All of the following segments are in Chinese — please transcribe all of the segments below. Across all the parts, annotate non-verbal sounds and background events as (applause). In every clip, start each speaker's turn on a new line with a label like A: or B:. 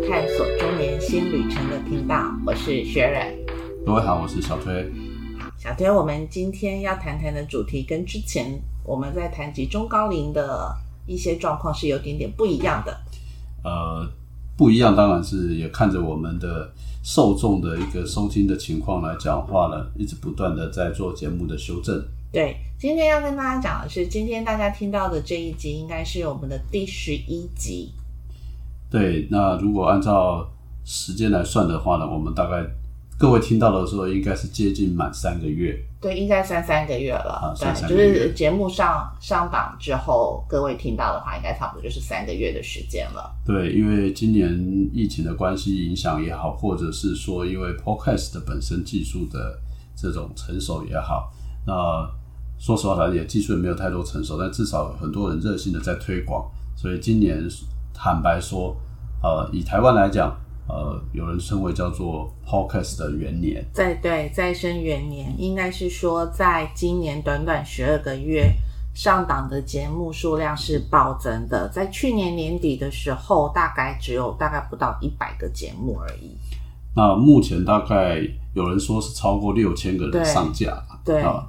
A: 中年新旅程的频道，我是雪人。
B: 各位好，我是小崔。
A: 小崔，我们今天要谈谈的主题跟之前我们在谈及中高龄的一些状况是有点点不一样的。
B: 呃，不一样，当然是也看着我们的受众的一个收听的情况来讲话呢，一直不断的在做节目的修正。
A: 对，今天要跟大家讲的是，今天大家听到的这一集应该是我们的第十一集。
B: 对，那如果按照时间来算的话呢，我们大概各位听到的时候，应该是接近满三个月。
A: 对，应该算三个月了。
B: 啊算
A: 对，
B: 三
A: 就
B: 个月
A: 是节目上上档之后，各位听到的话，应该差不多就是三个月的时间了。
B: 对，因为今年疫情的关系影响也好，或者是说因为 Podcast 的本身技术的这种成熟也好，那说实话，它也技术也没有太多成熟，但至少很多人热心的在推广。所以今年坦白说，呃，以台湾来讲，呃，有人称为叫做 Podcast 的元年。
A: 在对再生元年，应该是说在今年短短十二个月上档的节目数量是暴增的，在去年年底的时候，大概只有大概不到一百个节目而已。
B: 那目前大概有人说是超过六千个
A: 对
B: 人上架
A: 对，
B: 啊。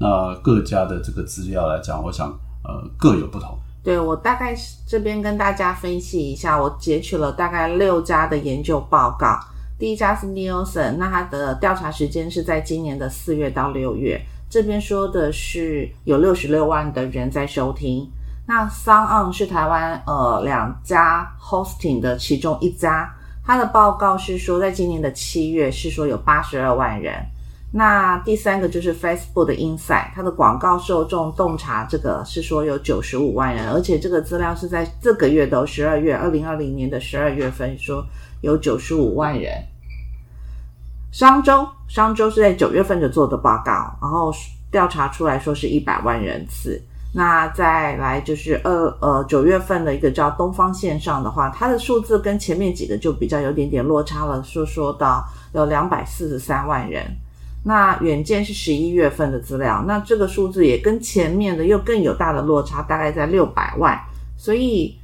B: 那各家的这个资料来讲，我想呃各有不同。
A: 对我大概是这边跟大家分析一下，我截取了大概六家的研究报告。第一家是 Nielsen，那它的调查时间是在今年的四月到六月。这边说的是有六十六万的人在收听。那 s o n On 是台湾呃两家 hosting 的其中一家，它的报告是说，在今年的七月是说有八十二万人。那第三个就是 Facebook 的 Insight，它的广告受众洞察这个是说有九十五万人，而且这个资料是在这个月的十二月，二零二零年的十二月份说有九十五万人。商周，商周是在九月份就做的报告，然后调查出来说是一百万人次。那再来就是二呃九月份的一个叫东方线上的话，它的数字跟前面几个就比较有点点落差了，说说到有两百四十三万人。那远见是十一月份的资料，那这个数字也跟前面的又更有大的落差，大概在六百万。所以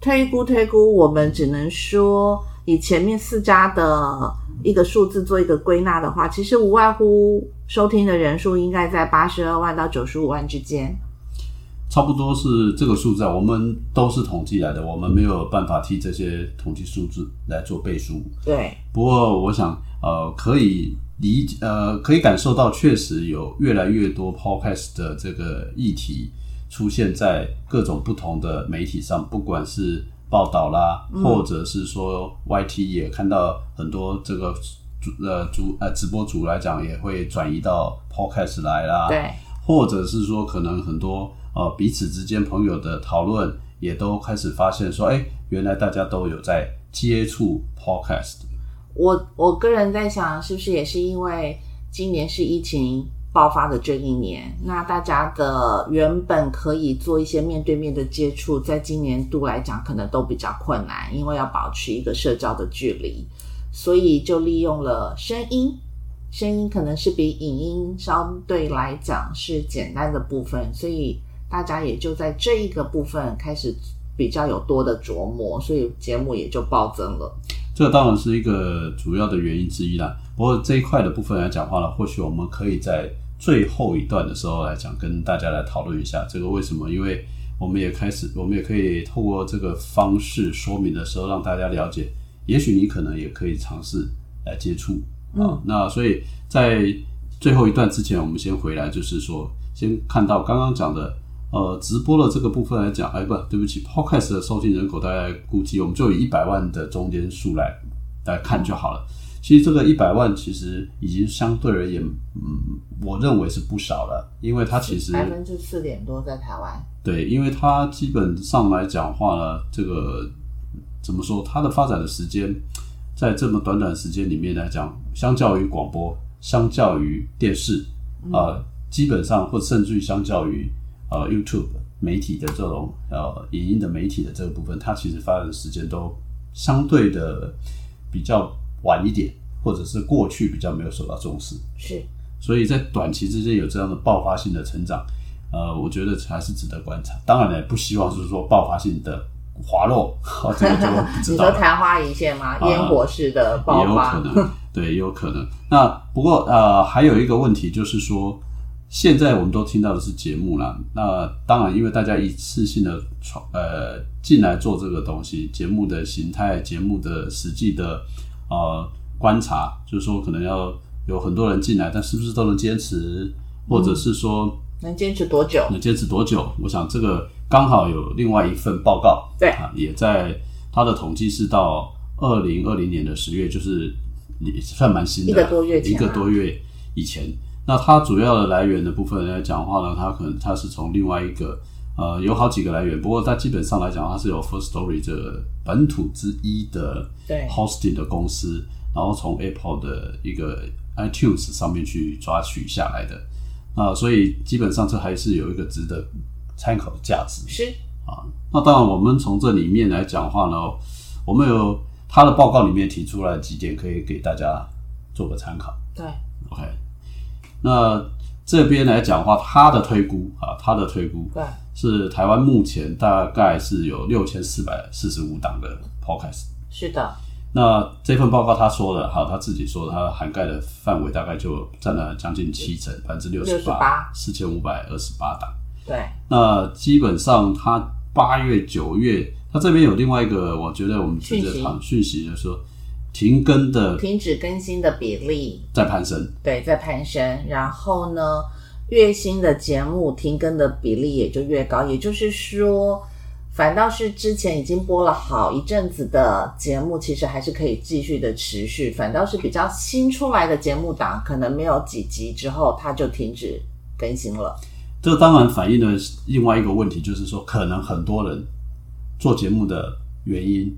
A: 推估推估，我们只能说以前面四家的一个数字做一个归纳的话，其实无外乎收听的人数应该在八十二万到九十五万之间。
B: 差不多是这个数字啊，我们都是统计来的，我们没有办法替这些统计数字来做背书。
A: 对
B: 不过，我想，呃，可以理解，呃，可以感受到，确实有越来越多 podcast 的这个议题出现在各种不同的媒体上，不管是报道啦，
A: 嗯
B: 或者是说 YT 也看到很多这个主呃主呃直播主来讲，也会转移到 podcast 来啦。
A: 对
B: 或者是说可能很多呃彼此之间朋友的讨论，也都开始发现说，哎，原来大家都有在接触 podcast。
A: 我我个人在想，是不是也是因为今年是疫情爆发的这一年，那大家的原本可以做一些面对面的接触，在今年度来讲，可能都比较困难，因为要保持一个社交的距离，所以就利用了声音。声音可能是比影音相对来讲是简单的部分，所以大家也就在这一个部分开始比较有多的琢磨，所以节目也就暴增了。
B: 这当然是一个主要的原因之一啦。不过这一块的部分来讲话呢，或许我们可以在最后一段的时候来讲，跟大家来讨论一下这个为什么？因为我们也开始，我们也可以透过这个方式说明的时候，让大家了解，也许你可能也可以尝试来接触。啊
A: 嗯，
B: 那所以在最后一段之前，我们先回来，就是说，先看到刚刚讲的，呃，直播的这个部分来讲，哎，不对不起，Podcast 的收听人口大概估计，我们就以一百万的中间数来来看就好了。其实这个一百万其实已经相对而言，嗯，我认为是不少了，因为它其实
A: 嗯百分之四点多在台湾，
B: 对，因为它基本上来讲话呢，这个怎么说？它的发展的时间，在这么短短的时间里面来讲，相较于广播，相较于电视，呃，基本上或甚至于相较于呃 YouTube 媒体的这种呃影音的媒体的这个部分，它其实发展的时间都相对的比较晚一点，或者是过去比较没有受到重视。
A: 是
B: 所以在短期之间有这样的爆发性的成长，呃，我觉得还是值得观察。当然了，也不希望是说爆发性的滑落，好，这个就不知
A: 你
B: 道
A: 说
B: 了。
A: 昙花一现吗？
B: 啊
A: 烟火式的爆
B: 也有可
A: 发，
B: 能，对，也有可能。那不过呃，还有一个问题就是说，现在我们都听到的是节目啦。那当然，因为大家一次性的传呃进来做这个东西，节目的形态、节目的实际的呃观察，就是说可能要有很多人进来，但是不是都能坚持，或者是说。
A: 能坚持多久？
B: 能坚持多久？我想这个刚好有另外一份报告，
A: 对
B: 啊，也在它的统计是到二零二零年的十月，就是也算蛮新的，
A: 一个多月前啊
B: 一个多月以前。那它主要的来源的部分来讲的话呢，它可能它是从另外一个呃有好几个来源，不过它基本上来讲，它是有 First Story 这个本土之一的
A: 对
B: hosting 的公司，然后从 Apple 的一个 iTunes 上面去抓取下来的。啊，所以基本上这还是有一个值得参考的价值
A: 是
B: 啊。那当然，我们从这里面来讲的话呢，我们有他的报告里面提出来几点，可以给大家做个参考。
A: 对，
B: OK，那这边来讲的话，他的推估啊，他的推估
A: 对
B: 是台湾目前大概是有六千四百四十五档的 Podcast。
A: 是的，
B: 那这份报告他说的，好，他自己说的，他涵盖的范围大概就占了将近七成，百分之六十八
A: 68，
B: 四千五百二十八档。
A: 对
B: 那基本上他八月、九月，他这边有另外一个，我觉得我们直接谈讯息，就是说停更的
A: 停止更新的比例
B: 在攀升，
A: 对在攀升，然后呢，月薪的节目停更的比例也就越高，也就是说。反倒是之前已经播了好一阵子的节目，其实还是可以继续的持续。反倒是比较新出来的节目档，可能没有几集之后，它就停止更新了。
B: 这当然反映了另外一个问题，就是说可能很多人做节目的原因，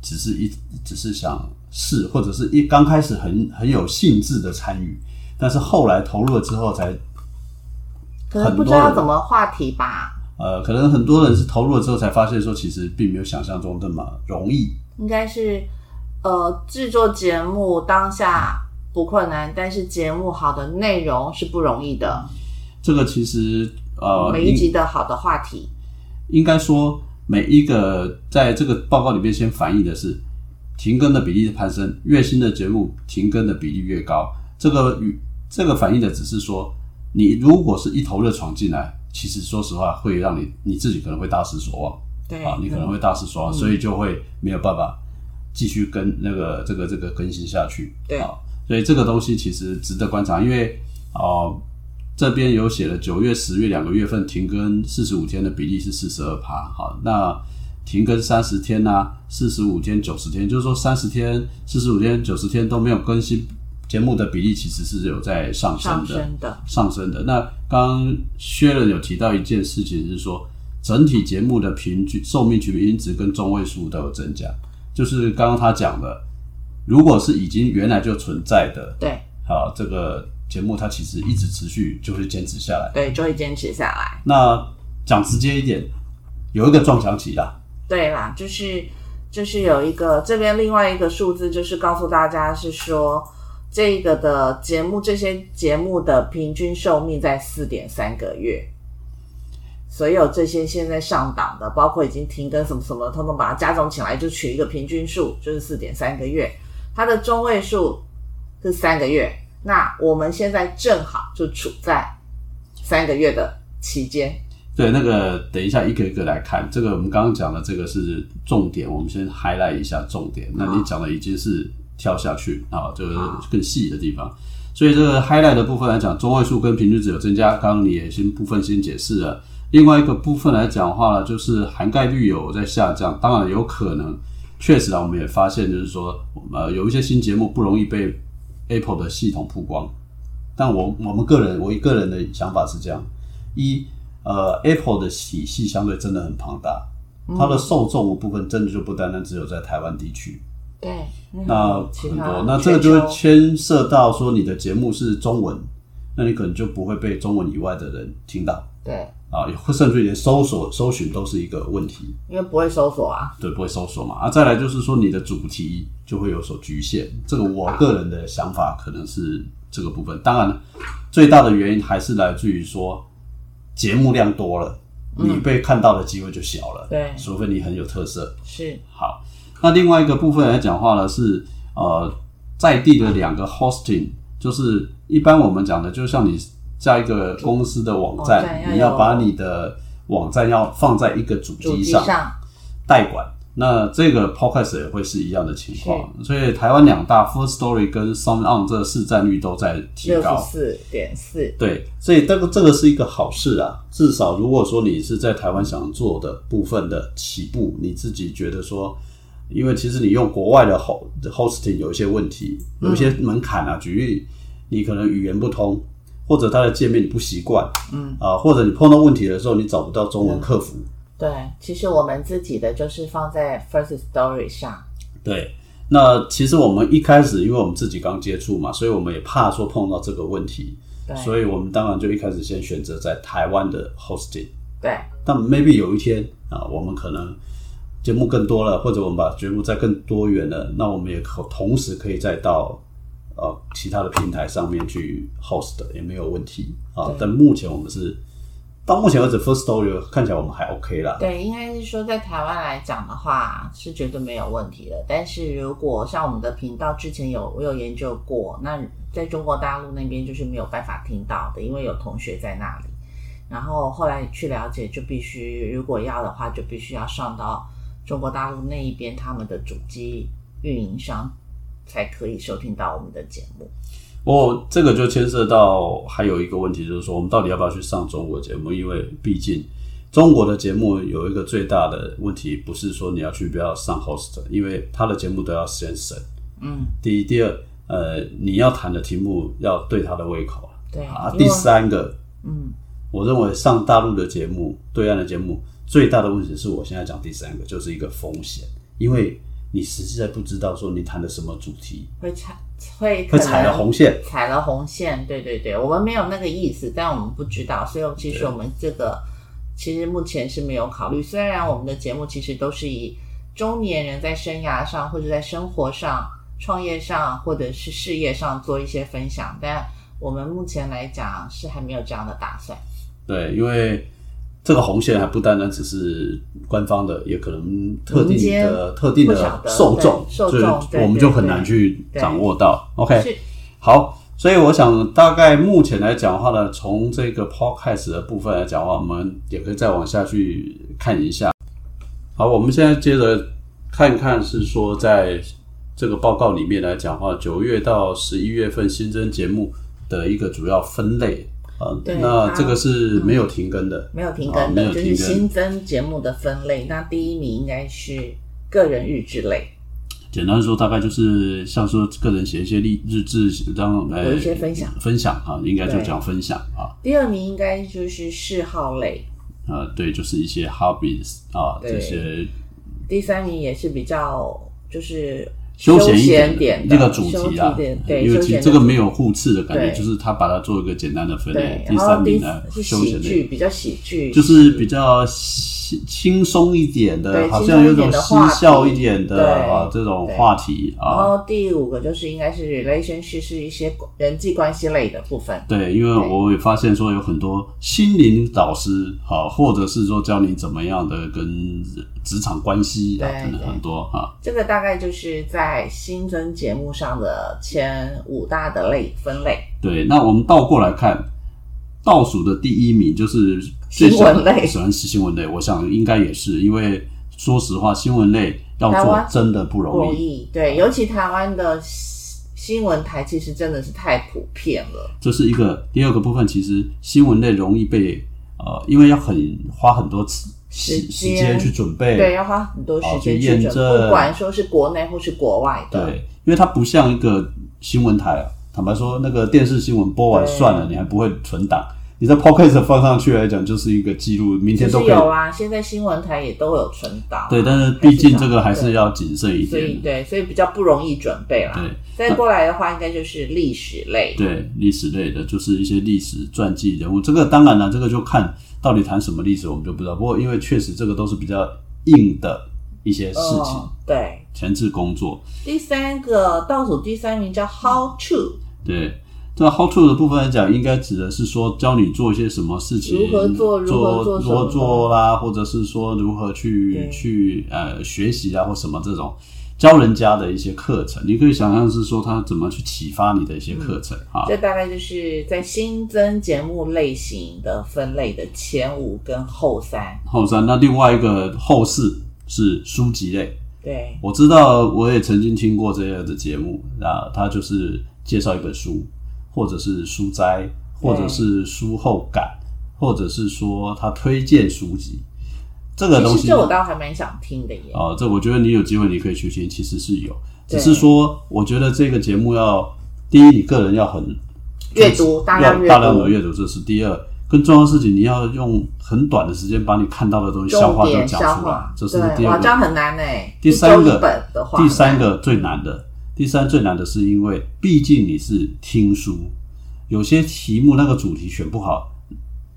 B: 只是一只是想试，或者是一刚开始很很有兴致的参与，但是后来投入了之后才
A: 可能不知
B: 很多
A: 道
B: 人
A: 怎么话题吧，
B: 呃，可能很多人是投入了之后才发现说，其实并没有想象中那么容易。
A: 应该是呃制作节目当下不困难，但是节目好的内容是不容易的，
B: 这个其实呃，
A: 每一集的好的话题，
B: 应应该说每一个在这个报告里面先反映的是停更的比例的攀升，越新的节目停更的比例越高。这个与这个反映的只是说，你如果是一头热闯进来，其实说实话会让你你自己可能会大失所望。
A: 对
B: 啊，你可能会大失所望，
A: 嗯
B: 所以就会没有办法继续跟那个这个这个更新下去。
A: 对
B: 啊，所以这个东西其实值得观察，因为哦、这边有写了九月、十月两个月份停更四十五天的比例是四十二趴，好，那停更三十天呐、啊，四十五天、九十天，就是说三十天、四十五天、九十天都没有更新节目的比例，其实是有在上升
A: 上
B: 的。
A: 升的，
B: 上升的。那刚刚薛仁有提到一件事情是说，整体节目的平均寿命平均值跟中位数都有增加，就是刚刚他讲的，如果是已经原来就存在的，
A: 对
B: 啊，这个节目它其实一直持续就会坚持下来。
A: 对，就会坚持下来。
B: 那讲直接一点，有一个撞墙期啦，
A: 对啦，就是就是有一个这边另外一个数字，就是告诉大家是说。这个的节目，这些节目的平均寿命在四点三个月，所有这些现在上档的，包括已经停更什么什么，通通把它加总起来，就取一个平均数，就是四点三个月。它的中位数是三个月，那我们现在正好就处在三个月的期间。
B: 对，那个等一下一个一个来看。这个我们刚刚讲的这个是重点，我们先 highlight 一下重点。那你讲的已经是跳下去啊，这个
A: 好
B: 更细的地方。所以这个 highlight 的部分来讲，中位数跟平均值有增加，刚刚你也先部分先解释了。另外一个部分来讲的话呢，就是涵盖率有在下降，当然有可能，确实啊，我们也发现就是说，呃，有一些新节目不容易被 Apple 的系统曝光。但我我们个人，我一个人的想法是这样：一，呃，Apple 的体系相对真的很庞大，
A: 嗯
B: 它的受众的部分真的就不单单只有在台湾地区，
A: 对，嗯
B: 那
A: 其
B: 很
A: 他
B: 多，那这个就
A: 全
B: 会
A: 球
B: 牵涉到说你的节目是中文，那你可能就不会被中文以外的人听到
A: 对，
B: 啊，也会甚至连搜索搜寻都是一个问题，
A: 因为不会搜索啊，
B: 对，不会搜索嘛。啊，再来就是说你的主题就会有所局限，这个我个人的想法可能是这个部分。当然，最大的原因还是来自于说节目量多了，你被看到的机会就小了，
A: 嗯对，
B: 除非你很有特色。
A: 是
B: 好，那另外一个部分来讲话呢，是呃在地的两个 hosting，就是一般我们讲的，就像你在一个公司的网
A: 网
B: 站，
A: 站要有
B: 你要把你的网站要放在一个主
A: 主
B: 机
A: 机
B: 上
A: 上
B: 代管。那这个 podcast 也会是一样的情况，所以台湾两大 First Story 跟 Sound On 这市占率都在提
A: 六
B: 高
A: 十。四点四，
B: 对，所以这个这个是一个好事啊。至少如果说你是在台湾想做的部分的起步，你自己觉得说，因为其实你用国外的 ho- hosting 有一些问题，
A: 嗯
B: 有一些门槛啊。举例，你可能语言不通，或者它的界面你不习惯，
A: 嗯
B: 啊、或者你碰到问题的时候你找不到中文客服，
A: 对，其实我们自己的就是放在 First Story 上，
B: 对。那其实我们一开始，因为我们自己刚接触嘛，所以我们也怕说碰到这个问题，
A: 对
B: 所以我们当然就一开始先选择在台湾的 hosting。
A: 对，
B: 但 maybe 有一天啊，我们可能节目更多了，或者我们把节目再更多元了，那我们也可同时可以再到呃其他的平台上面去 host 的也没有问题啊
A: 对。
B: 但目前我们是到目前为止 First Story 看起来我们还 OK 啦。
A: 对，应该是说在台湾来讲的话是绝对没有问题的。但是如果像我们的频道之前有我有研究过，那在中国大陆那边就是没有办法听到的，因为有同学在那里。然后后来去了解，就必须如果要的话，就必须要上到中国大陆那一边他们的主机运营商才可以收听到我们的节目。
B: 不过这个就牵涉到还有一个问题，就是说我们到底要不要去上中国节目？因为毕竟中国的节目有一个最大的问题，不是说你要去不要上 host，因为他的节目都要先审。
A: 嗯，
B: 第一，第二，呃，你要谈的题目要对他的胃口
A: 对。
B: 啊。
A: 因
B: 第
A: 为
B: 三个，
A: 嗯，
B: 我认为上大陆的节目，对岸的节目最大的问题是我现在讲第三个，就是一个风险，因为你实在不知道说你谈的什么主题，
A: 会踩会可
B: 会踩
A: 能
B: 了红线。
A: 踩了红线，对对对，我们没有那个意思，但我们不知道，所以其实我们这个其实目前是没有考虑。虽然我们的节目其实都是以中年人在生涯上或者在生活上、创业上或者是事业上做一些分享，但我们目前来讲是还没有这样的打算。
B: 对，因为这个红线还不单单只是官方的，也可能特定
A: 民间
B: 的特定
A: 不晓
B: 的
A: 得
B: 受众，
A: 对受
B: 所以
A: 众对
B: 我们
A: 对
B: 就很
A: 对
B: 难去
A: 对
B: 掌握到。OK，
A: 是
B: 好，所以我想大概目前来讲的话呢，从这个 podcast 的部分来讲的话，我们也可以再往下去看一下。好，我们现在接着看看是说在这个报告里面来讲的话，九月到十一月份新增节目的一个主要分类。呃
A: 对，
B: 那
A: 它
B: 这个是没有停更的，
A: 没有停
B: 啊
A: 更
B: 没
A: 的，
B: 有
A: 就
B: 停
A: 是
B: 更
A: 新增节目的分类。那第一名应该是个人日志类，
B: 简单说，大概就是像说个人写一些日日志，让来
A: 有一些分享
B: 分享啊，应该就
A: 对
B: 讲分享啊，
A: 第二名应该就是嗜好类，
B: 呃，对，就是一些 hobbies 啊，
A: 对
B: 这些
A: 第三名也是比较就是
B: 休闲一
A: 闲
B: 点
A: 点
B: 这
A: 的
B: 个主题
A: 休
B: 啊
A: 闲点，对，
B: 因为
A: 休
B: 其
A: 闲
B: 实这个
A: 的
B: 没有互斥的感觉，
A: 对
B: 就是他把它做一个简单的分类
A: 对。，
B: 第
A: 然后
B: 三
A: 第
B: 名
A: 四
B: 呢，
A: 是
B: 休
A: 喜
B: 闲
A: 剧，
B: 类
A: 比较喜剧，
B: 就是比较轻轻松一点的，
A: 对
B: 好像有种
A: 轻
B: 嬉
A: 松一点的话题
B: 笑一点的
A: 对
B: 啊这种
A: 对哦
B: 话题
A: 然
B: 啊。
A: 后第五个就是应该是 relationship 是一些人际关系类的部分，
B: 对，因为
A: 对
B: 我也发现说有很多心灵导师啊，或者是说教你怎么样的跟职场关系啊，
A: 对
B: 等等
A: 对
B: 很多啊。
A: 这个大概就是在新增节目上的前五大的类分类，
B: 对，那我们倒过来看，倒数的第一名就是最喜欢
A: 新闻类
B: 喜欢是新闻类，我想应该也是，因为说实话，新闻类要
A: 台
B: 做
A: 湾
B: 真的不
A: 不
B: 容
A: 容
B: 易，
A: 易，对，尤其台湾的新新闻台其实真的是太普遍了，
B: 这是一个。第二个部分，其实新闻类容易被呃，因为要很花很多时
A: 时
B: 时
A: 间
B: 间去准备，
A: 对，要花很多时
B: 好去
A: 间去
B: 验
A: 准，
B: 证
A: 不管说是国内或是国外的，
B: 对，因为它不像一个新闻台啊。坦白说，那个电视新闻播完
A: 对
B: 算了，你还不会存档，你在 Podcast 放上去来讲，就是一个记录，
A: 其
B: 明天
A: 实
B: 都可以
A: 有啊，现在新闻台也都有存档啊。
B: 对，但是毕竟这个还是要谨慎一
A: 所以
B: 点。
A: 对，所以比较不容易准备啦。
B: 对
A: 再过来的话，应该就是历史类。
B: 对，历史类的就是一些历史传记人物，这个当然了，这个就看到底谈什么历史，我们就不知道。不过因为确实这个都是比较硬的一些事情，
A: 嗯，对。
B: 前置工作。
A: 第三个倒数第三名叫 How to，
B: 对，那 how to 的部分来讲，应该指的是说教你做一些什么事情，
A: 如何做如何做
B: 做
A: 什么
B: 做啦，或者是说如何去
A: 对
B: 去呃学习啊或什么这种教人家的一些课程，你可以想象是说他怎么去启发你的一些课程啊。
A: 这大概就是在新增节目类型的分类的前五跟后三。
B: 后三，那另外一个后四是书籍类，
A: 对，
B: 我知道，我也曾经听过这样的节目啊，它就是介绍一本书，或者是书摘，或者是书后感，或者是说他推荐书籍。这个东
A: 其实
B: 西
A: 这我倒还蛮想听的耶。
B: 啊，这我觉得你有机会你可以去听，其实是有，只
A: 对
B: 是说我觉得这个节目要第一，你个人要很
A: 阅读大量阅
B: 要
A: 读，
B: 大量的阅读，这是第二。更重要的事情，你要用很短的时间把你看到的东西消
A: 重
B: 化掉、
A: 点
B: 讲
A: 消
B: 出来
A: 化，，
B: 这是第
A: 对，
B: 二
A: 哇，
B: 个。
A: 这样很难哎。
B: 第三
A: 一周
B: 个
A: 一本的话，
B: 第三个最难的，第三最难的是因为毕竟你是听书，有些题目那个主题选不好，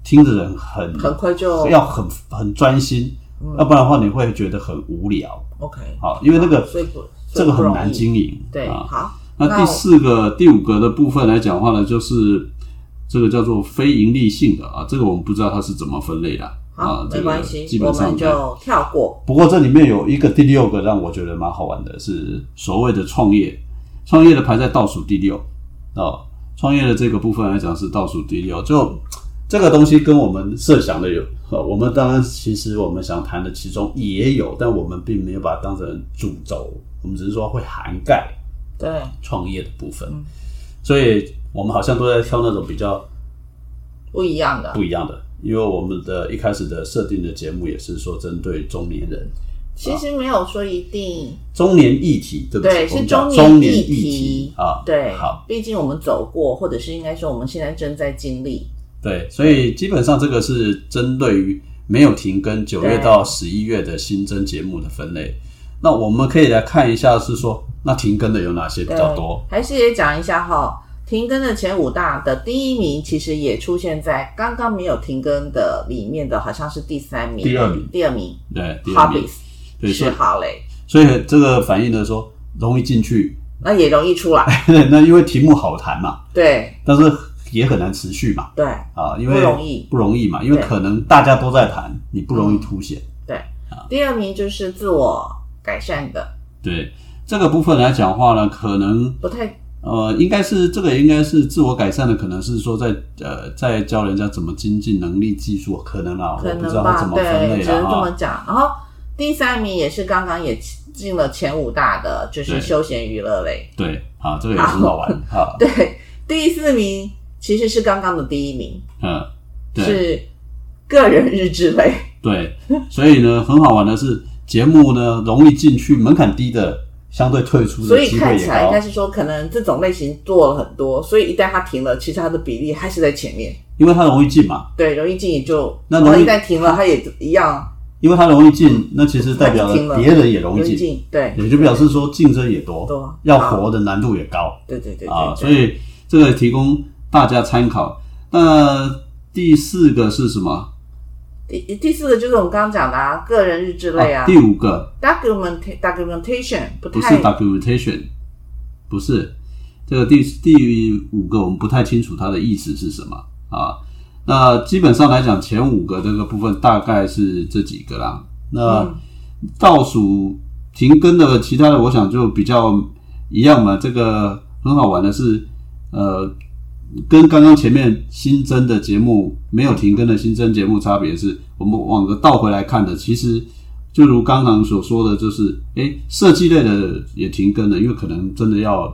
B: 听的人很
A: 很快就
B: 要很很专心，
A: 嗯
B: 要不然的话你会觉得很无聊
A: OK，
B: 啊，因为那个
A: 所以不
B: 这个很难。
A: 所以不容易
B: 经营。
A: 对，
B: 啊，
A: 好，
B: 那第四个、第五个的部分来讲的话呢，就是这个叫做非盈利性的啊，这个我们不知道它是怎么分类的
A: 好
B: 啊，，
A: 没
B: 这个
A: 关系
B: 基，
A: 我
B: 本上
A: 们就跳过。
B: 不过这里面有一个第六个让我觉得蛮好玩的，是所谓的创业，创业的排在倒数第六哦。创业的这个部分来讲是倒数第六，就这个东西跟我们设想的有，呃我们当然其实我们想谈的其中也有，但我们并没有把它当成主轴，我们只是说会涵盖
A: 对，
B: 创业的部分
A: 嗯，
B: 所以我们好像都在挑那种比较
A: 不一样的。
B: 不一样的，因为我们的一开始的设定的节目也是说针对中年人。
A: 其实没有说一定，
B: 中年议题，对不
A: 对
B: 我
A: 是
B: 们叫
A: 中
B: 中
A: 年
B: 年
A: 议题
B: 题啊，
A: 对，
B: 好，，
A: 毕竟我们走过，或者是应该说我们现在正在经历，
B: 对，所以基本上这个是针对于没有停更九月
A: 对
B: 到十一月的新增节目的分类。那我们可以来看一下，是说那停更的有哪些比
A: 对
B: 较多？，
A: 还是也讲一下哈。停更的前五大的第一名，其实也出现在刚刚没有停更的里面的，好像是第三名，
B: 第二名，
A: 第二名
B: 对，第二名，
A: ，Hobbies
B: 对，所
A: 是
B: 以
A: 哈雷，
B: 所以这个反映的说容易进去， (laughs)
A: 那也容易出来，
B: 对，那因为题目好谈嘛，
A: 对
B: 但是也很难持续嘛，
A: 对
B: 啊，因
A: 不
B: 为
A: 容易
B: 不容易嘛，因为
A: 对嗯
B: 可能大家都在谈，你不容易凸显。
A: 对。第二名就是自我改善的，
B: 对这个部分来讲话呢，可能
A: 不太
B: 呃，应该是这个，应该是自我改善的，可能是说在呃，在教人家怎么精进能力、技术，可能啦，
A: 可
B: 我不知
A: 能
B: 道他
A: 吧，
B: 怎么分
A: 对，
B: 类啊
A: 只能
B: 了
A: 这么
B: 哈。
A: 讲。然后第三名也是刚刚也进了前五大的，就是
B: 对
A: 休闲娱乐类。
B: 对啊，这个也很好玩啊哈。
A: 对，第四名其实是刚刚的第一名，
B: 嗯，对
A: 是个人日志类。
B: 对，所以呢，很好玩的是节目呢，容易进去，门槛低的，相对退出
A: 所
B: 的
A: 以
B: 机
A: 看
B: 会
A: 起
B: 也
A: 来应
B: 高
A: 该。是说，可能这种类型做了很多，所以一旦它停了，其实它的比例还是在前面。
B: 因为它容易进嘛，
A: 对，容易进也就
B: 那
A: 然后
B: 容易
A: 一旦停了，它也一样
B: 因为它容易进，那其实代表
A: 它就停了
B: 了别人也容
A: 容易
B: 易进，
A: 进。对，
B: 也就表示说竞争也多，
A: 多
B: 要
A: 好
B: 活的难度也高。
A: 对对对对
B: 啊，
A: 对
B: 所以这个提供大家参考。那第四个是什么？
A: 第第四个就是我们刚刚讲的啊，个人日志类啊
B: 第五个
A: document documentation 不
B: 不是
A: 太
B: documentation，不是这个第第五个，我们不太清楚它的意思是什么啊。那基本上来讲，前五个这个部分大概是这几个啦。那
A: 嗯
B: 倒数停更的其他的，我想就比较一样嘛。这个很好玩的是，呃，跟刚刚前面新增的节目没有停更的新增节目差别是，我们往个倒回来看的，其实就如刚刚所说的，就是诶，设计类的也停更了，因为可能真的要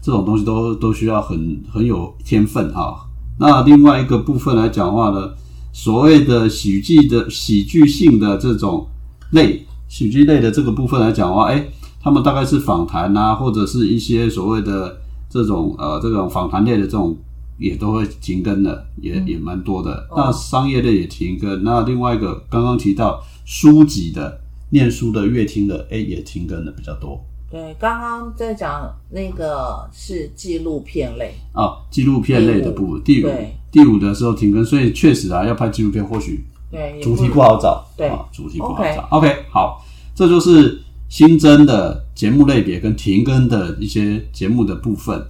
B: 这种东西都都需要很很有天分哈。那另外一个部分来讲的话呢，所谓的喜剧的喜剧性的这种类喜剧类的这个部分来讲的话，哎，他们大概是访谈啊，或者是一些所谓的这种呃这种访谈类的这种也都会停更的，也、
A: 嗯
B: 也蛮多的。
A: 哦
B: 那商业类也停更，那另外一个刚刚提到书籍的、念书的、乐听的，哎，也停更的比较多
A: 对，刚刚在讲那个是纪录片类，
B: 啊。纪录片类的部第五
A: 对
B: 第五的时候停更，所以确实啊，要拍纪录片或许
A: 对，也
B: 主题不好找，
A: 对
B: 啊，主题不好找。OK，好，这就是新增的节目类别跟停更的一些节目的部分。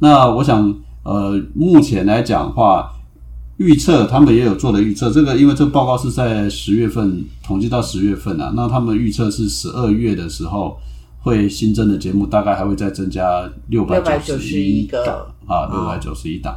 B: 那我想呃，目前来讲的话，预测他们也有做的预测，这个因为这个报告是在十月份统计到十月份啊，那他们预测是十二月的时候会新增的节目大概还会再增加六百九十一
A: 691个
B: 档啊，六百九十一档。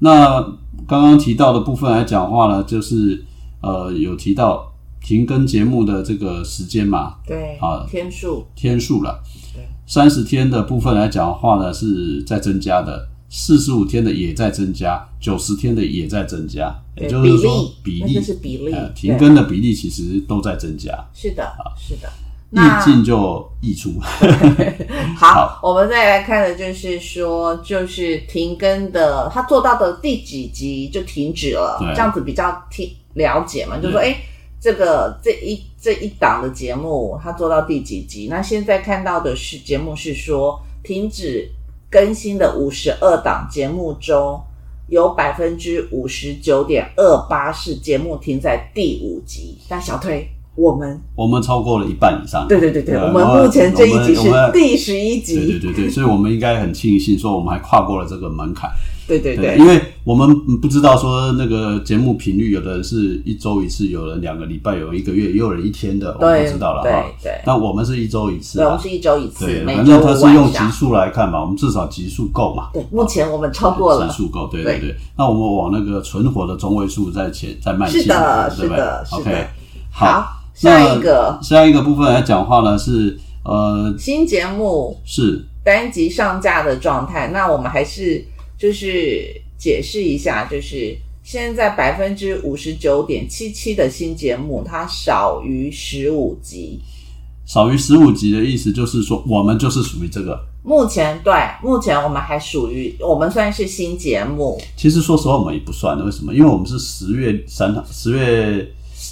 B: 那刚刚提到的部分来讲话呢，就是呃有提到停更节目的这个时间嘛，
A: 对，
B: 好
A: 天数
B: 天数了
A: 对。
B: 三十天的部分来讲的话呢，是在增加的；四十五天的也在增加，九十天的也在增加。也
A: 对
B: 就是说，
A: 比
B: 比
A: 例
B: 例
A: 那就是比例
B: 呃
A: 对
B: 停更的比例其实都在增加，
A: 是的，是的。
B: 溢进就溢出。 (laughs)
A: 好，我们再来看的就是说，就是停更的，他做到的第几集就停止了
B: 对，
A: 这样子比较听了解嘛，就说
B: 嗯
A: 哎。诶这个这一这一档的节目，他做到第几集？那现在看到的是节目是说，停止更新的五十二档节目中，有百分之五十九点二八是节目停在第五集。但小推，我们
B: 我们超过了一半以上。
A: 对对对嗯对，
B: 呃
A: 我们目前这一集
B: 我
A: 是
B: 们我们
A: 第十一集。
B: 对对对对，所以我们应该很庆幸说我们还跨过了这个门槛。
A: 对对对，
B: 因为我们不知道说那个节目频率，有啊的人是一周一次，有人两个礼拜，有人一个月，也有人一天的，我们
A: 对
B: 不知道了哈
A: 对。对，
B: 但我们是一周一次
A: 对，我
B: 啊
A: 们，是一周一次，
B: 对，
A: 每
B: 反
A: 周
B: 正
A: 五
B: 它
A: 晚
B: 是用集
A: 上。
B: 数来看嘛，我们至少集数够嘛，
A: 对，目前我们超过了
B: 集，数够，对
A: 对
B: 对对。那我们往那个存活的中位数再前再迈进，
A: 是的，
B: 对
A: 是
B: 不对
A: 的，是
B: ？OK，
A: 的。
B: 好，
A: 好，
B: 那
A: 下一个
B: 下一个部分来讲话呢是呃
A: 新节目
B: 是
A: 单集上架的状态，那我们还是就是解释一下，就是现在百分之五十九点七七的新节目，它少于十五集。
B: 少于十五集的意思，就是说我们就是属于这个。
A: 目前对，目前我们还属于我们算是新节目，
B: 其实说实话，我们也不算的，为什么？因为我们是十月三号，十月，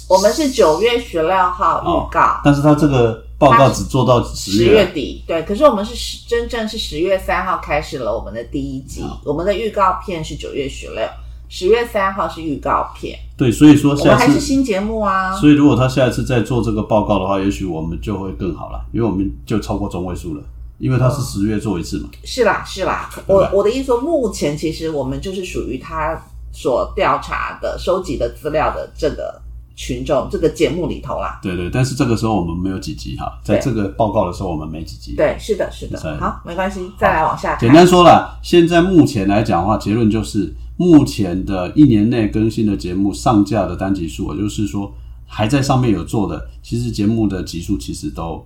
A: 我们是九月十六号
B: 哦
A: 预告，
B: 但是他这个报
A: 它
B: 告
A: 是
B: 只做到十
A: 十
B: 月啊
A: 月底，对，可是我们是十真正是十月三号开始了我们的第一集，我们的预告片是九月十六，十月三号是预告片，
B: 对，所以说
A: 我们
B: 下
A: 还是
B: 次，
A: 新节目啊，
B: 所以如果他下一次再做这个报告的话，也许我们就会更好了，因为我们就超过中位数了，因为他
A: 哦
B: 是十月做一次嘛。
A: 是啦是啦，
B: 对
A: 我
B: 吧
A: 我的意思说，目前其实我们就是属于他所调查的、收集的资料的这个群众这个节目里头啦，
B: 对对，但是这个时候我们没有几集哈，在
A: 对
B: 这个报告的时候我们没几集。，
A: 对，是的是的
B: 是，
A: 好，没关系，再来往下看
B: 简，单说啦，现在目前来讲的话，结论就是目前的一年内更新的节目上架的单集数，也就是说还在上面有做的，其实节目的集数其实都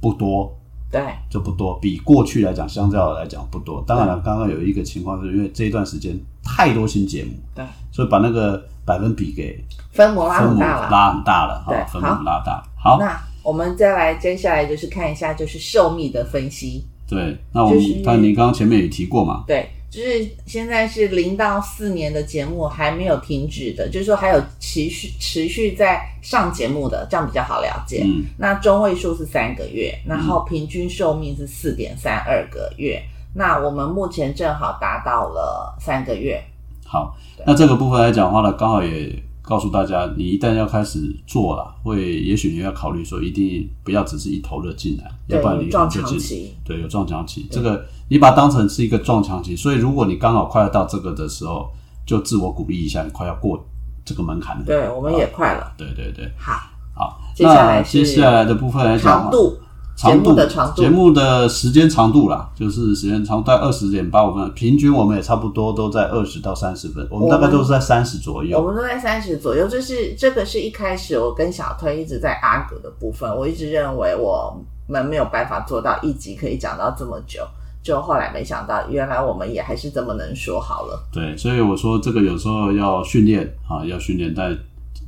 B: 不多，
A: 对
B: 就不多，比过去来讲，相较来讲不多。当然了，刚刚有一个情况，是因为这一段时间太多新节目，
A: 对，
B: 所以把那个百分比给
A: 分母拉
B: 分
A: 很
B: 母
A: 大了。
B: 拉很大了，哈
A: 对，
B: 分母
A: 好
B: 拉大了。好，
A: 那我们再来，接下来就是看一下就是寿命的分析。
B: 对，那我们
A: 就是
B: 但您刚刚前面也提过嘛，
A: 对，就是现在是零到四年的节目还没有停止的，就是说还有持续持续在上节目的，这样比较好了解。
B: 嗯，
A: 那中位数是三个月，然后平均寿命是四点三二个月。那我们目前正好达到了三个月，
B: 好
A: 对，
B: 那这个部分来讲的话呢，刚好也告诉大家，你一旦要开始做了，会也许你要考虑说，一定不要只是一头热进来，要
A: 对
B: 不然，你
A: 撞
B: 就
A: 长
B: 进
A: 期，
B: 对，有撞墙期，这个你把它当成是一个撞墙期，所以如果你刚好快要到这个的时候，就自我鼓励一下，你快要过这个门槛了。
A: 对，我们也快了。
B: 对对对，
A: 好，
B: 好。
A: 接下
B: 那
A: 来
B: 接
A: 是
B: 下来的部分来讲
A: 长
B: 嘛，
A: 度，
B: 长
A: 节目的长度
B: 节目的时间长度啦，就是时间长度在二十点八五分，平均我们也差不多都在二十到三十分，我们大概都是在三十左
A: 我
B: 右。
A: 们都在三十左右，就是这个是一开始我跟小推一直在阿格的部分，我一直认为我们没有办法做到一集可以讲到这么久，就后来没想到原来我们也还是这么能说好了。
B: 对，所以我说这个有时候要训练啊，要训练，但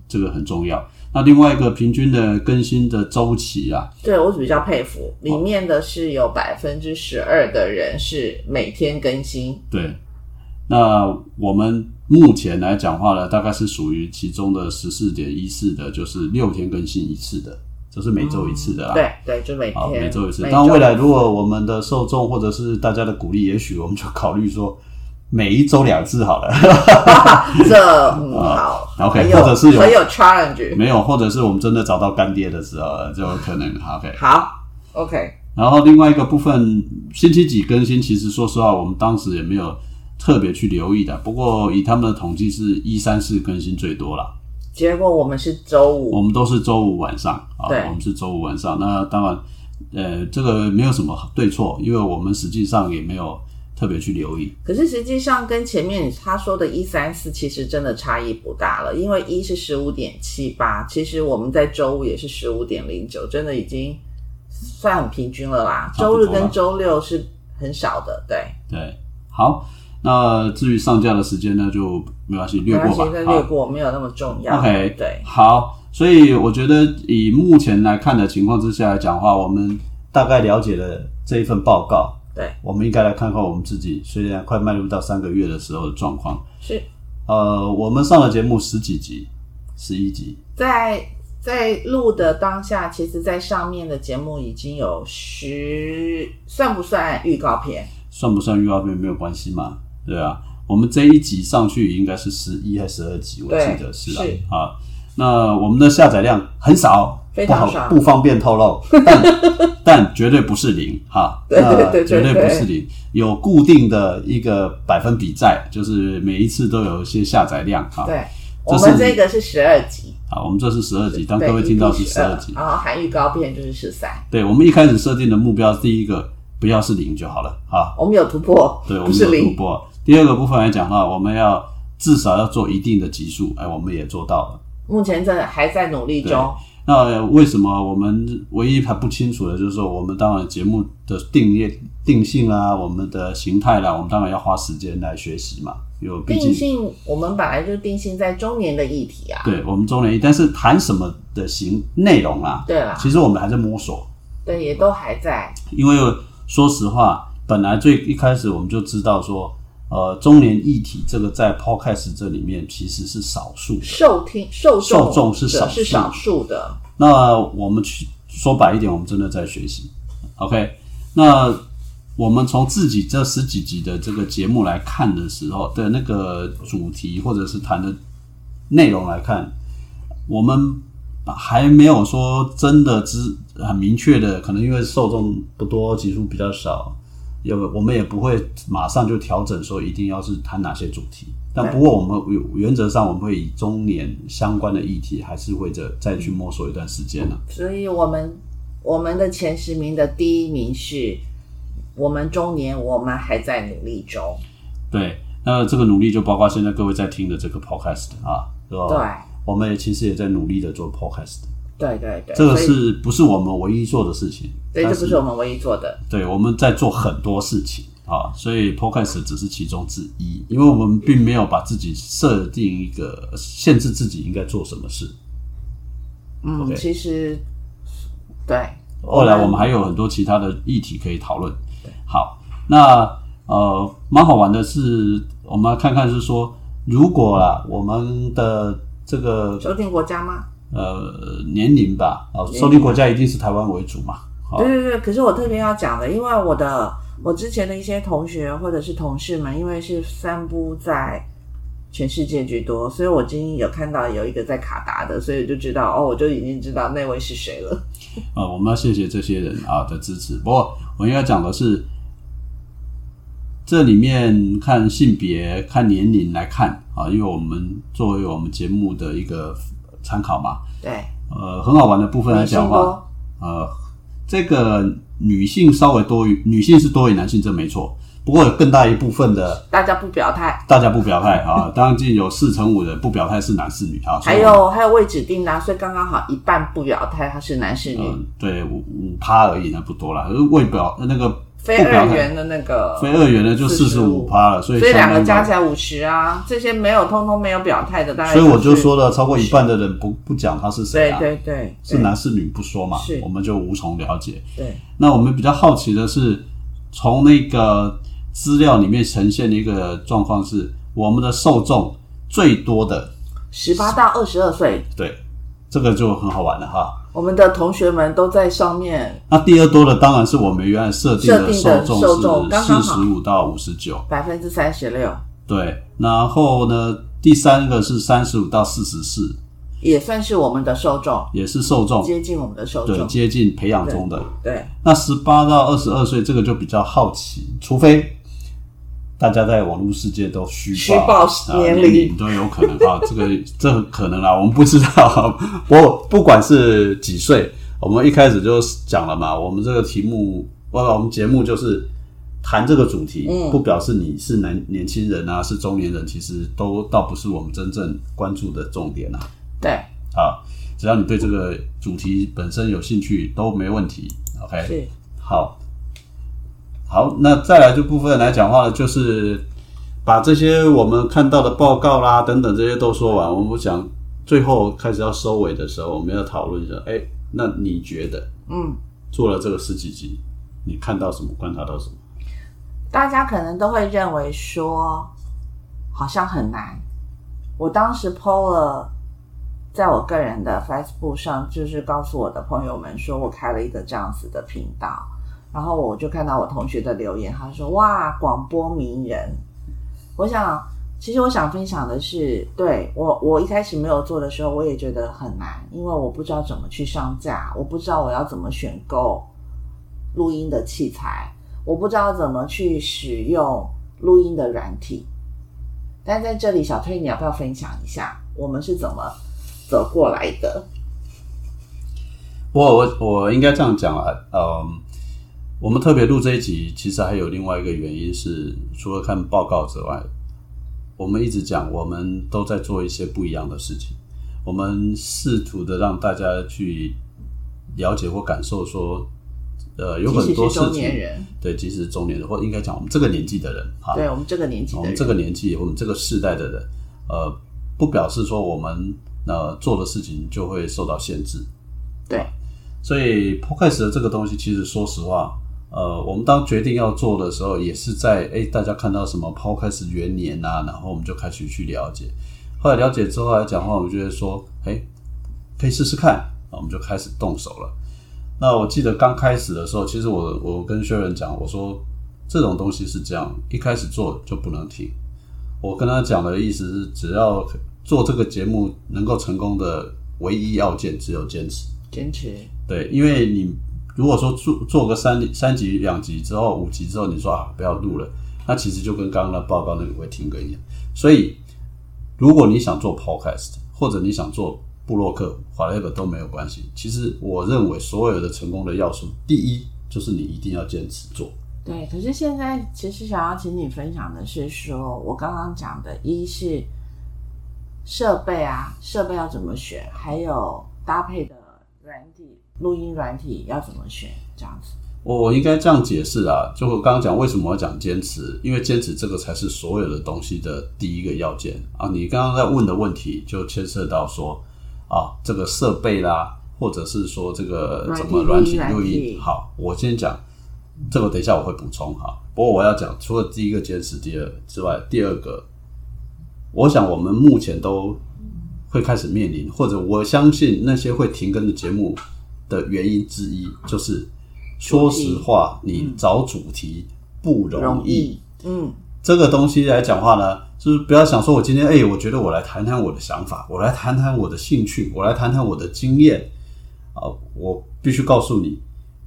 B: 这个很重要。那另外一个平均的更新的周期啊，
A: 对我比较佩服，
B: 哦
A: 里面的是有百分之十二的人是每天更新，
B: 对，那我们目前来讲话呢，大概是属于其中的十四点一四的，就是六天更新一次的，就是每周一次的啦。
A: 对对，就每
B: 啊好，
A: 天
B: 嗯每周一次。
A: 每
B: 当然，未来如果我们的受众或者是大家的鼓励，也许我们就考虑说每一周两次好了。
A: (laughs) 这嗯好
B: 啊 OK，
A: 很有
B: 或者是有
A: 很有 challenge，
B: (laughs) 没有，或者是我们真的找到干爹的时候，就有可能 OK。
A: 好 OK，
B: 然后另外一个部分，星期几更新，其实说实话，我们当时也没有特别去留意的。不过以他们的统计是一三四更新最多啦，
A: 结果我们是周五，
B: 我们都是周五晚上啊，
A: 对
B: 我们是周五晚上。那当然，呃，这个没有什么对错，因为我们实际上也没有特别去留意。
A: 可是实际上跟前面他说的一三四其实真的差异不大了，因为一是十五点七八，其实我们在周五也是十五点零九，真的已经算很平均了啦。
B: 差
A: 周
B: 不多
A: 日
B: 啦
A: 跟周六是很少的，对，
B: 对，好，那至于上架的时间呢，就没关系，
A: 没
B: 略
A: 关
B: 过
A: 系
B: 吧，。
A: 再
B: 好
A: 略过没有那么重要。
B: OK
A: 对，
B: 好，所以我觉得以目前来看的情况之下来讲的话，我们大概了解了这一份报告。
A: 对，
B: 我们应该来看看我们自己，虽然快迈入到三个月的时候的状况。
A: 是
B: 呃，我们上了节目十几集，十一集，
A: 在在录的当下，其实在上面的节目已经有十，算不算预告片？
B: 算不算预告片没有关系嘛？对啊，我们这一集上去应该是十一还是十二集，我
A: 对
B: 记得是啊
A: 是
B: 啊。那我们的下载量很少，
A: 非
B: 不
A: 常
B: 好
A: 少
B: 不方便
A: (laughs)
B: 透露，但但绝对不是零哈，
A: 对对对
B: 那绝
A: 对
B: 对
A: 对
B: 不是零，有固定的一个百分比在，就是每一次都有一些下载量哈。
A: 对，
B: 这
A: 我
B: 是
A: 们这个是十二集，
B: 好，我们这是十二集，当
A: 对
B: 各位听到是
A: EP
B: 十二集，
A: 然后含预告片就是十三。
B: 对我们一开始设定的目标，第一个不要是零就好了哈。
A: 我们有突破，
B: 对，我
A: 不
B: 们
A: 是
B: 有突
A: 零，
B: 破。第二个部分来讲的话，我们要至少要做一定的级数，哎，我们也做到了。
A: 目前在还在努力中。
B: 那为什么我们唯一还不清楚的就是说，我们当然节目的定业定性啦，我们的形态啦，我们当然要花时间来学习嘛。有毕
A: 定
B: 竟
A: 性我们本来就定性在中年的议题啊，
B: 对我们中年一，但是谈什么的形内容啦，
A: 对啦，
B: 其实我们还在摸索。
A: 对，也都还在，
B: 因为说实话，本来最一开始我们就知道说，呃，中年议题这个在 Podcast 这里面其实是少数的。
A: 受听受众
B: 受众是
A: 者
B: 少数
A: 是少数的，
B: 那我们去说白一点，我们真的在学习。OK，那我们从自己这十几集的这个节目来看的时候的那个主题或者是谈的内容来看，我们还没有说真的知很明确的，可能因为受众不多，集数比较少，也我们也不会马上就调整说一定要是谈哪些主题。但不过我们有原则上我们会以中年相关的议题，还是会再再去摸索一段时间呢、
A: 所以我们我们的前十名的第一名是我们中年，我们还在努力中，
B: 对，那这个努力就包括现在各位在听的这个 podcast 啊，是吧？
A: 对，
B: 我们也其实也在努力的做 podcast，
A: 对对对，
B: 这个
A: 所以
B: 是不是我们唯一做的事情？
A: 对，
B: 但
A: 这不是我们唯一做的，
B: 对，我们在做很多事情啊，所以 podcast 只是其中之一，因为我们并没有把自己设定一个限制自己应该做什么事。
A: 嗯
B: OK
A: 其实对，
B: 后来我们还有很多其他的议题可以讨论。好，那呃，蛮好玩的是，我们来看看是说，如果啊，我们的这个
A: 收听国家吗？
B: 呃年龄吧，啊，
A: 龄
B: 收听国家一定是台湾为主嘛。哦好
A: 对，对对，可是我特别要讲的，因为我的我之前的一些同学或者是同事们，因为是散布在全世界居多，所以我今天有看到有一个在卡达的，所以就知道哦，我就已经知道那位是谁了。
B: 呃，我们要谢谢这些人啊的支持。不过我应该讲的是，这里面看性别、看年龄来看啊，因为我们作为我们节目的一个参考嘛。
A: 对，
B: 呃，很好玩的部分来
A: 女性
B: 讲的话，
A: 多，
B: 呃，这个女性稍微多于女性是多于男性，这没错。不过有更大一部分的
A: 大家不表态，
B: 大家不表态啊，
A: (laughs)
B: 当然有四成五的不表态是男是女啊。所以
A: 还有还有未指定的啊、所以刚刚好一半不表态，他是男是女，
B: 嗯，对五五趴而已，那不多了。而未表呃那个
A: 非
B: 不表
A: 二
B: 态
A: 元的那个，
B: 非二元的就四十五
A: 45
B: 趴了，所以
A: 所以
B: 相
A: 两
B: 当
A: 个加
B: 于
A: 起来五十啊，这些没有通通没有表态的，大概、
B: 所以我就是说了，超过一半的人不不讲他是谁
A: 对
B: 啊，
A: 对对，
B: 是
A: 对
B: 男是女不说嘛
A: 是，
B: 我们就无从了解。
A: 对。
B: 那我们比较好奇的是，从那个资料里面呈现的一个状况是，我们的受众最多的，
A: 十八到二十二岁，
B: 对，这个就很好玩了哈。
A: 我们的同学们都在上面
B: 那第二多的当然是我们原来设定
A: 设
B: 的
A: 定
B: 受
A: 的受
B: 众
A: 众刚
B: 是
A: 刚
B: 四
A: 好
B: 十五到五十九，
A: 百分之三十六，
B: 对。然后呢，第三个是三十五到四十四，
A: 也算是我们的受众，
B: 也是受众，
A: 接近我们的受
B: 对，
A: 众。
B: 接近培养中的。
A: 对，
B: 那十八到二十二岁这个就比较好奇，除非大家在网络世界都虚
A: 虚报
B: 啊
A: 年龄
B: 龄都有可能啊，这个这很可能啦，我们不知道。 (laughs) 不过不管是几岁，我们一开始就讲了嘛，我们这个题目，不，我们节目就是谈这个主题，
A: 嗯
B: 不表示你是男年轻人啊，是中年人，其实都倒不是我们真正关注的重点啊。
A: 对，
B: 啊，只要你对这个主题本身有兴趣，都没问题。OK，
A: 是
B: 好，好，那再来这部分来讲话呢，就是把这些我们看到的报告啦等等这些都说完，我们想最后开始要收尾的时候，我们要讨论一下，哎，那你觉得
A: 嗯。
B: 做了这个十几集，你看到什么，观察到什么？
A: 大家可能都会认为说，好像很难。我当时 PO 了，在我个人的 Facebook 上，就是告诉我的朋友们说我开了一个这样子的频道，然后我就看到我同学的留言，他说：“哇，广播名人。”我想，其实我想分享的是，对我我一开始没有做的时候，我也觉得很难，因为我不知道怎么去上架，我不知道我要怎么选购录音的器材，我不知道怎么去使用录音的软体。但在这里，小推你要不要分享一下我们是怎么走过来的？
B: 我我我应该这样讲啊，嗯，我们特别录这一集，其实还有另外一个原因是，除了看报告之外，我们一直讲，我们都在做一些不一样的事情，我们试图的让大家去了解或感受说，呃，有很
A: 即
B: 多
A: 使是
B: 事
A: 中
B: 情
A: 年，人，
B: 对，即使是中年人，或应该讲我们这个年纪的人，哈，
A: 对我们这个年纪
B: 我
A: 的人，
B: 们哦这个年纪，我们这个世代的人，呃，不表示说我们呃做的事情就会受到限制。啊
A: 对
B: 所以 podcast 的这个东西，其实说实话，呃，我们当决定要做的时候，也是在哎，大家看到什么 podcast 元年啊，然后我们就开始去了解。后来了解之后来讲的话，我们就会说，哎，可以试试看，啊那我们就开始动手了。那我记得刚开始的时候，其实我我跟薛仁讲，我说这种东西是这样，一开始做就不能停。我跟他讲的意思是，只要做这个节目能够成功的唯一要件，只有坚持。
A: 坚持，
B: 对，因为你如果说做做个三三集、两集之后、五集之后，你说啊不要录了，那其实就跟刚刚的报告那个会停更一样。所以，如果你想做 podcast 或者你想做部落客、whatever 都没有关系。其实我认为所有的成功的要素，第一就是你一定要坚持做。
A: 对。可是现在，其实想要请你分享的是说我刚刚讲的，一是设备啊，设备要怎么选，还有搭配的软体，录音软体要怎么选，这样子。
B: 我我应该这样解释啊，就我刚刚讲为什么要讲坚持，因为坚持这个才是所有的东西的第一个要件啊。你刚刚在问的问题就牵涉到说啊，这个设备啦，或者是说这个
A: 软体
B: 怎么软体
A: 录音
B: 录
A: 软
B: 音
A: 体。
B: 好，我先讲这个，等一下我会补充哈。不过我要讲，除了第一个坚持第二之外，第二个，我想我们目前都会开始面临，或者我相信那些会停更的节目的原因之一就是。说实话，你找主题不容易。
A: 容易，嗯，
B: 这个东西来讲话呢，就是不要想说我今天哎、我觉得我来谈谈我的想法，我来谈谈我的兴趣，我来谈谈我的经验啊、我必须告诉你，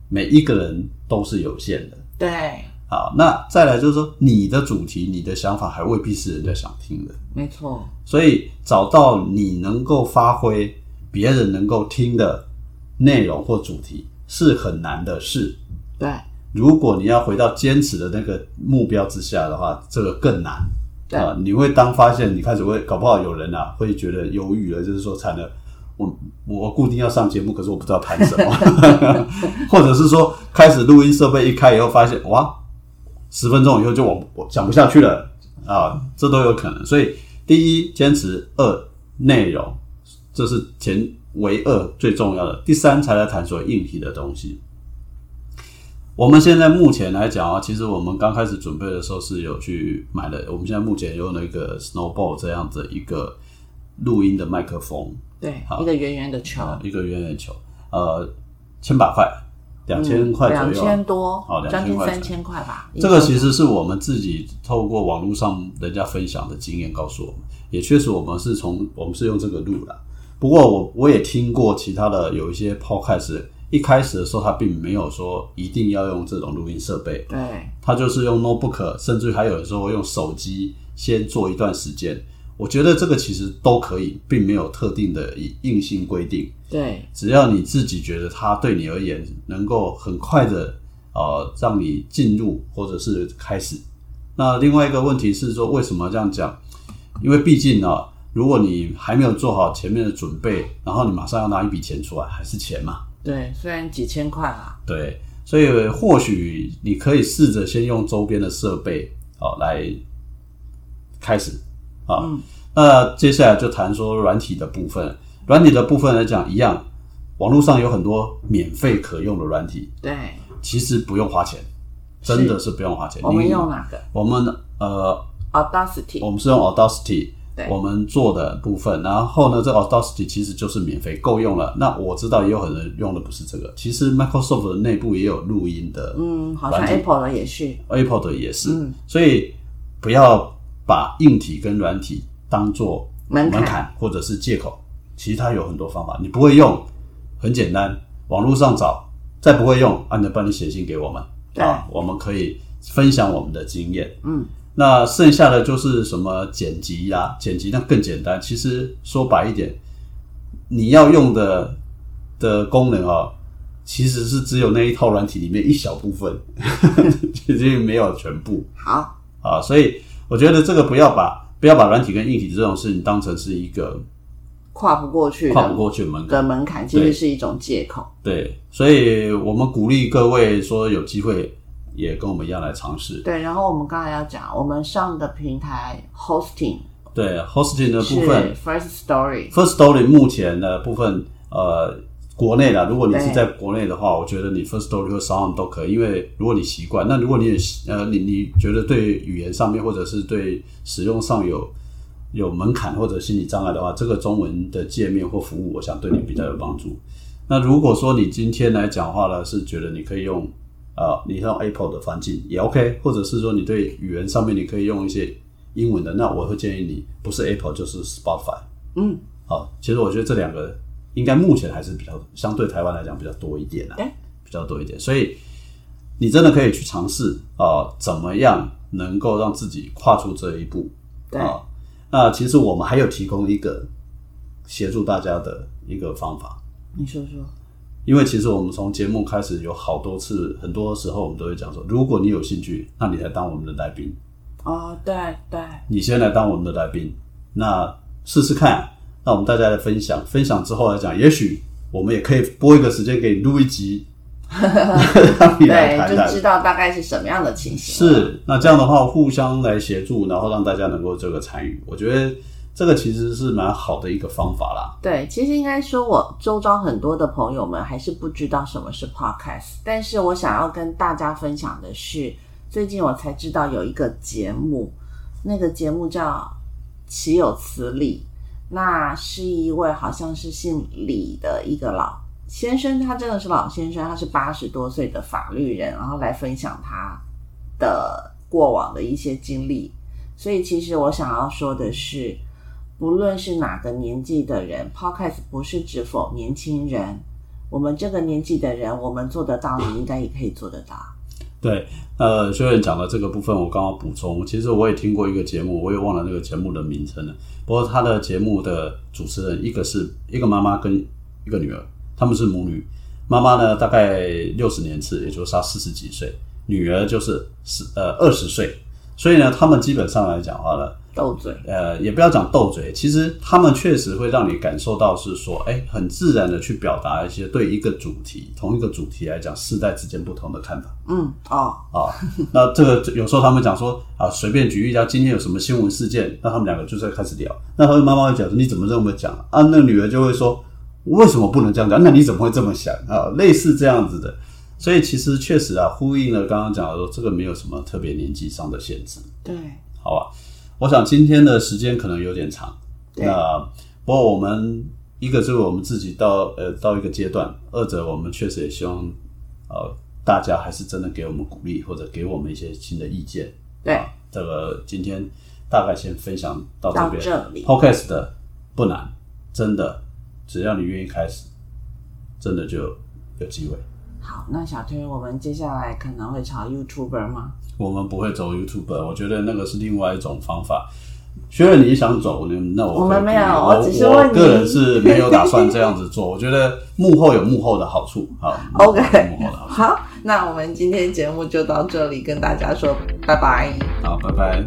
B: 每一个人都是有限的。
A: 对，
B: 好，那再来就是说，你的主题、你的想法还未必是人家想听的，
A: 没错，
B: 所以找到你能够发挥别人能够听的内容或主题是很难的事。
A: 对
B: 如果你要回到坚持的那个目标之下的话，这个更难
A: 对。
B: 啊、你会当发现你开始会搞不好有人啊会觉得忧郁了，就是说惨了，我我固定要上节目，可是我不知道谈什么，或者是说开始录音设备一开以后发现哇，十分钟以后就我我讲不下去了啊，这都有可能。所以第一坚持，二内容，这是前为二最重要的，第三才来谈所谓硬体的东西。我们现在目前来讲啊，其实我们刚开始准备的时候是有去买了，我们现在目前用了一个 Snowball 这样的一个录音的麦克风，
A: 对，
B: 好
A: 一个圆圆的球，
B: 啊，一个圆圆球，呃，千把块，两千块左右，
A: 嗯两千多
B: 好，2000
A: 将近
B: 块
A: 三千块吧。
B: 这个其实是我们自己透过网络上人家分享的经验告诉我们，也确实我们是从我们是用这个录的。不过我我也听过其他的有一些 podcast 一开始的时候，它并没有说一定要用这种录音设备，
A: 对，
B: 它就是用 notebook，甚至还有的时候用手机先做一段时间。我觉得这个其实都可以，并没有特定的硬硬性规定，
A: 对，
B: 只要你自己觉得它对你而言能够很快的呃让你进入或者是开始。那另外一个问题是说，为什么这样讲？因为毕竟啊，如果你还没有做好前面的准备，然后你马上要拿一笔钱出来，还是钱嘛，
A: 对，虽然几千块啦，
B: 对，所以或许你可以试着先用周边的设备啊来开始啊。
A: 嗯
B: 那接下来就谈说软体的部分，软体的部分来讲，一样，网络上有很多免费可用的软体，
A: 对，
B: 其实不用花钱，真的是不用花钱。
A: 我们
B: 你
A: 用哪个
B: 我们呃，
A: ？Audacity，
B: 我们是用 Audacity。
A: 对
B: 我们做的部分，然后呢，这 Audacity 其实就是免费够用了。那我知道也有很多人用的不是这个，其实 Microsoft 的内部也有录音的
A: 嗯，好像
B: 软体
A: Apple 的也是，
B: Apple 的也是，
A: 嗯
B: 所以不要把硬体跟软体当做
A: 门槛
B: 或者是借口，其实它有很多方法，你不会用，很简单，网络上找，再不会用，啊，你帮你写信给我们，
A: 对
B: 啊，我们可以分享我们的经验。
A: 嗯，
B: 那剩下的就是什么剪辑呀、剪辑那更简单。其实说白一点，你要用的的功能啊、其实是只有那一套软体里面一小部分， (laughs) 其实没有全部
A: 好，
B: 啊。所以我觉得这个不要把不要把软体跟硬体这种事情当成是一个
A: 跨不过去
B: 跨不
A: 的
B: 过去的门槛
A: 的。门槛，其实是一种借口。
B: 对，所以我们鼓励各位说有机会也跟我们一样来尝试。
A: 对，然后我们刚才要讲，我们上的平台 hosting
B: 对，hosting 的部
A: 是
B: 分
A: First Story，
B: First Story 目前的部分，呃，国内啦，如果你是
A: 对
B: 在国内的话，我觉得你 First Story 或 Sound 都可以，因为如果你习惯，那如果你也习呃，你你觉得对语言上面或者是对使用上有有门槛或者心理障碍的话，这个中文的界面或服务，我想对你比较有帮助。那如果说你今天来讲话呢，是觉得你可以用呃，你用 Apple 的环境也 OK，或者是说你对语言上面你可以用一些英文的，那我会建议你不是 Apple 就是 Spotify。
A: 嗯，
B: 好，其实我觉得这两个应该目前还是比较相对台湾来讲比较多一点啊
A: 对，
B: 比较多一点，所以你真的可以去尝试啊，怎么样能够让自己跨出这一步
A: 对，
B: 啊？那其实我们还有提供一个协助大家的一个方法，
A: 你说说，
B: 因为其实我们从节目开始有好多次，很多时候我们都会讲说，如果你有兴趣，那你来当我们的来宾，
A: 哦，对对，
B: 你先来当我们的来宾，那试试看。那我们大家来分享，分享之后来讲，也许我们也可以拨一个时间给你录
A: (laughs)
B: 一集，让你来
A: 对，
B: 谈
A: 就
B: 谈
A: 知。道大概是什么样的情形了。
B: 是，那这样的话互相来协助，然后让大家能够这个参与，我觉得这个其实是蛮好的一个方法啦。
A: 对，其实应该说，我周遭很多的朋友们还是不知道什么是 podcast，但是我想要跟大家分享的是，最近我才知道有一个节目，那个节目叫《岂有此理》，那是一位好像是姓李的一个老先生，他真的是老先生，他是八十多岁的法律人，然后来分享他的过往的一些经历。所以其实我想要说的是，不论是哪个年纪的人，Podcast 不是指否年轻人。我们这个年纪的人，我们做得到，你应该也可以做得到。
B: 对，呃，修远讲的这个部分，我刚刚补充，其实我也听过一个节目，我也忘了那个节目的名称了。不过他的节目的主持人，一个是一个妈妈跟一个女儿，他们是母女。妈妈呢，大概六十年次，也就是她四十几岁；女儿就是十呃二十岁。所以呢，他们基本上来讲话呢，
A: 斗嘴，
B: 呃，也不要讲斗嘴，其实他们确实会让你感受到是说，哎，很自然的去表达一些对一个主题，同一个主题来讲，世代之间不同的看法。
A: 嗯，哦，
B: 啊， (laughs) 那这个有时候他们讲说啊，随便举例，要今天有什么新闻事件，那他们两个就在开始聊。那他的妈妈会讲说你怎么这么讲啊？那女儿就会说为什么不能这样讲？那你怎么会这么想啊？类似这样子的，所以其实确实啊，呼应了刚刚讲的说，这个没有什么特别年纪上的限制，
A: 对，
B: 好吧？我想今天的时间可能有点长，
A: 对
B: 那不过我们一个就是我们自己到呃到一个阶段，二者我们确实也希望呃大家还是真的给我们鼓励或者给我们一些新的意见。
A: 对，
B: 啊这个今天大概先分享到这
A: 到
B: 边。
A: 这里，
B: Podcast 的不难，真的，只要你愿意开始，真的就有机会。
A: 好，那小推，我们接下来可能会朝 YouTuber 吗？
B: 我们不会走 YouTube，我觉得那个是另外一种方法。学然你想走，你那我
A: 我们
B: 可
A: 没
B: 以
A: 有
B: 我
A: 我只是问你
B: 我个人是没有打算这样子做。我觉得幕后有幕后的好处，好
A: (laughs) OK
B: 幕后的好处，
A: 好，那我们今天节目就到这里，跟大家说拜拜。
B: 好，拜拜。